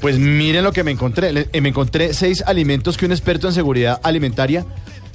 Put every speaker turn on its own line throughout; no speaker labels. Pues miren lo que me encontré. Le- eh, Me encontré seis alimentos que un experto en seguridad alimentaria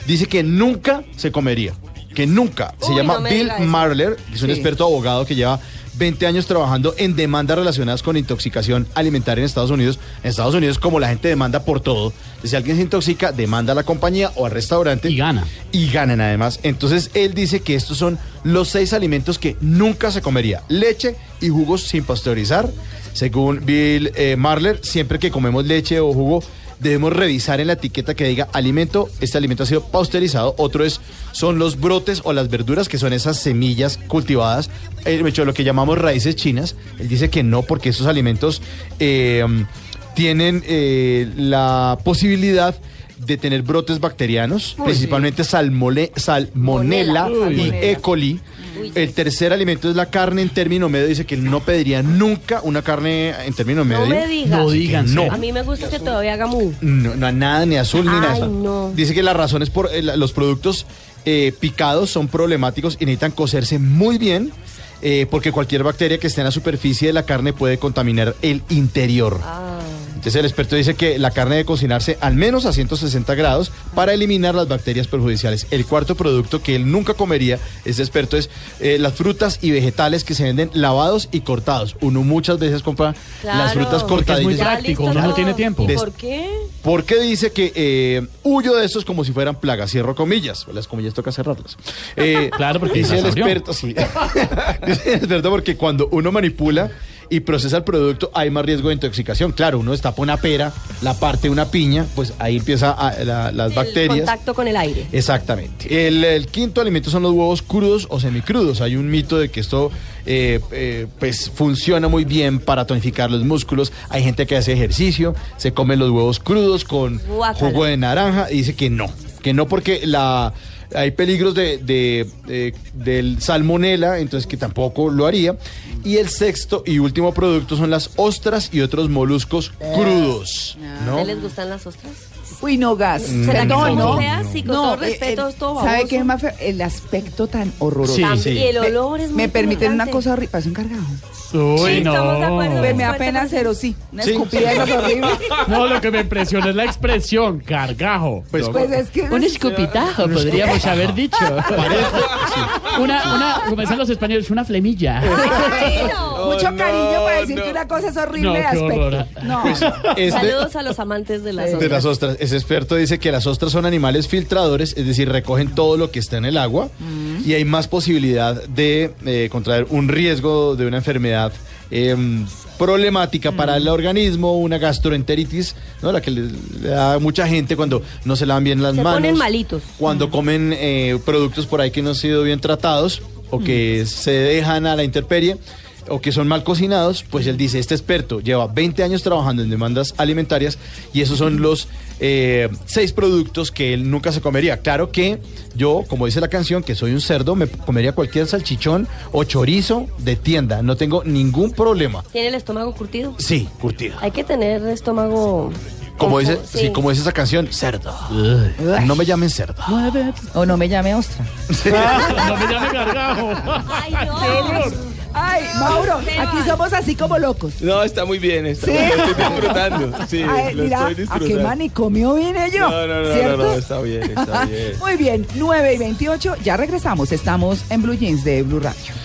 dice que nunca se comería. Que nunca. Se
Uy,
llama
no me
Bill
diga eso.
Marler, que es un
Sí.
experto abogado que lleva 20 años trabajando en demandas relacionadas con intoxicación alimentaria en Estados Unidos. En Estados Unidos, como la gente demanda por todo, si alguien se intoxica, demanda a la compañía o al restaurante.
Y gana.
Y ganan además. Entonces él dice que estos son los seis alimentos que nunca se comería. Leche y jugos sin pasteurizar. Según Bill eh, Marler, siempre que comemos leche o jugo, debemos revisar en la etiqueta que diga alimento, este alimento ha sido pasteurizado. Otro es, son los brotes o las verduras, que son esas semillas cultivadas, eh, de hecho, lo que llamamos raíces chinas. Él dice que no, porque esos alimentos eh, tienen eh, la posibilidad de tener brotes bacterianos,
Uy,
principalmente salmole- salmonella
Uy.
y E. coli.
Uy,
El
sí.
tercer alimento es la carne en término medio. Dice que él no pediría nunca una carne en término medio.
No me digas.
No digan.
No.
A mí me gusta que todavía haga mu.
No, no, nada, ni azul, ni
Ay,
nada.
no.
Dice que la razón es por eh, la- los productos eh, picados son problemáticos y necesitan cocerse muy bien eh, porque cualquier bacteria que esté en la superficie de la carne puede contaminar el interior.
Ah.
Entonces el experto dice que la carne debe cocinarse al menos a 160 grados para eliminar las bacterias perjudiciales. El cuarto producto que él nunca comería, este experto, es eh, las frutas y vegetales que se venden lavados y cortados. Uno muchas veces compra las
Claro.
frutas
Porque
es muy
cortaditas.
Ya
práctico,
listo
uno no
todo.
tiene tiempo.
¿Y
Des-
por qué?
Porque dice que eh, huyo de estos como si fueran plagas. Cierro comillas. Las comillas toca cerrarlas. Eh,
Claro, porque
dice
las
el
abrió.
experto, sí. dice el experto porque cuando uno manipula y procesa el producto hay más riesgo de intoxicación. Claro, uno destapa una pera, la parte de una piña, pues ahí empieza a- la- las
El
bacterias.
contacto con el aire.
Exactamente. El, el quinto alimento son los huevos crudos o semicrudos. Hay un mito de que esto eh, eh, pues funciona muy bien para tonificar los músculos. Hay gente que hace ejercicio, se come los huevos crudos con
Guácala.
jugo de naranja y dice que no, que no porque la hay peligros de, de- de- del salmonela, entonces que tampoco lo haría. Y el sexto y último producto son las ostras y otros moluscos crudos.
¿A
¿no? Mm,
ustedes Eh, les gustan las ostras?
Uy, no gas.
¿Será Mm. que
Perdón,
son
no.
muy feas? Y con todo
eh,
respeto,
eh,
es todo
¿Sabe
baboso.
qué es más feo? El aspecto tan horroroso.
Sí,
Tam-
sí.
Y el olor es muy
Me permiten una
estimulante.
cosa horrible. Pasó encargado.
Uy,
Sí, estamos de acuerdo.
no.
Pues me da
Fuerte,
pena
fuerte.
cero, sí. Una
Sí.
escupida esas horribles.
No, lo que me impresiona es la expresión, cargajo.
Pues,
Pues es que.
Un escupitajo, podríamos haber dicho.
parece- sí.
Una, una, como dicen los españoles, una flemilla.
Ay, no.
Mucho
no,
cariño para decir
Oh, no.
que una cosa es horrible
No,
de
qué horror. Pues,
aspecto. No.
Este-
Saludos a los amantes de las
Sí.
de
ostras.
las ostras. Ese experto dice que las ostras son animales filtradores, es decir, recogen todo lo que está en el agua y hay más posibilidad de eh, contraer un riesgo de una enfermedad em, problemática para el organismo, una gastroenteritis, ¿no? la que le, le da a mucha gente cuando no se lavan bien las
Se
manos.
ponen malitos.
Cuando comen eh, productos por ahí que no han sido bien tratados o que se dejan a la intemperie o que son mal cocinados, pues él dice, este experto lleva 20 años trabajando en demandas alimentarias y esos son los eh, seis productos que él nunca se comería. Claro que yo, como dice la canción, que soy un cerdo, me comería cualquier salchichón o chorizo de tienda, no tengo ningún problema.
¿Tiene el estómago curtido?
Sí, curtido.
Hay que tener estómago...
Como dice,
confo-
sí, como dice esa canción, cerdo. No me llamen cerdo.
O no me llame ostra.
No me llame cargajo.
Ay, no.
Ay, Mauro,
Esteban.
aquí somos así como locos.
No, está muy bien, está,
Sí.
lo estoy disfrutando. Sí,
Ay,
lo
mira,
estoy
¿a qué
disfrutando.
manicomio vine yo?
No, no, no, no,
¿Cierto?
no, está bien, está bien.
Muy bien, 9 y 28, ya regresamos. Estamos en Blue Jeans de Blue Radio.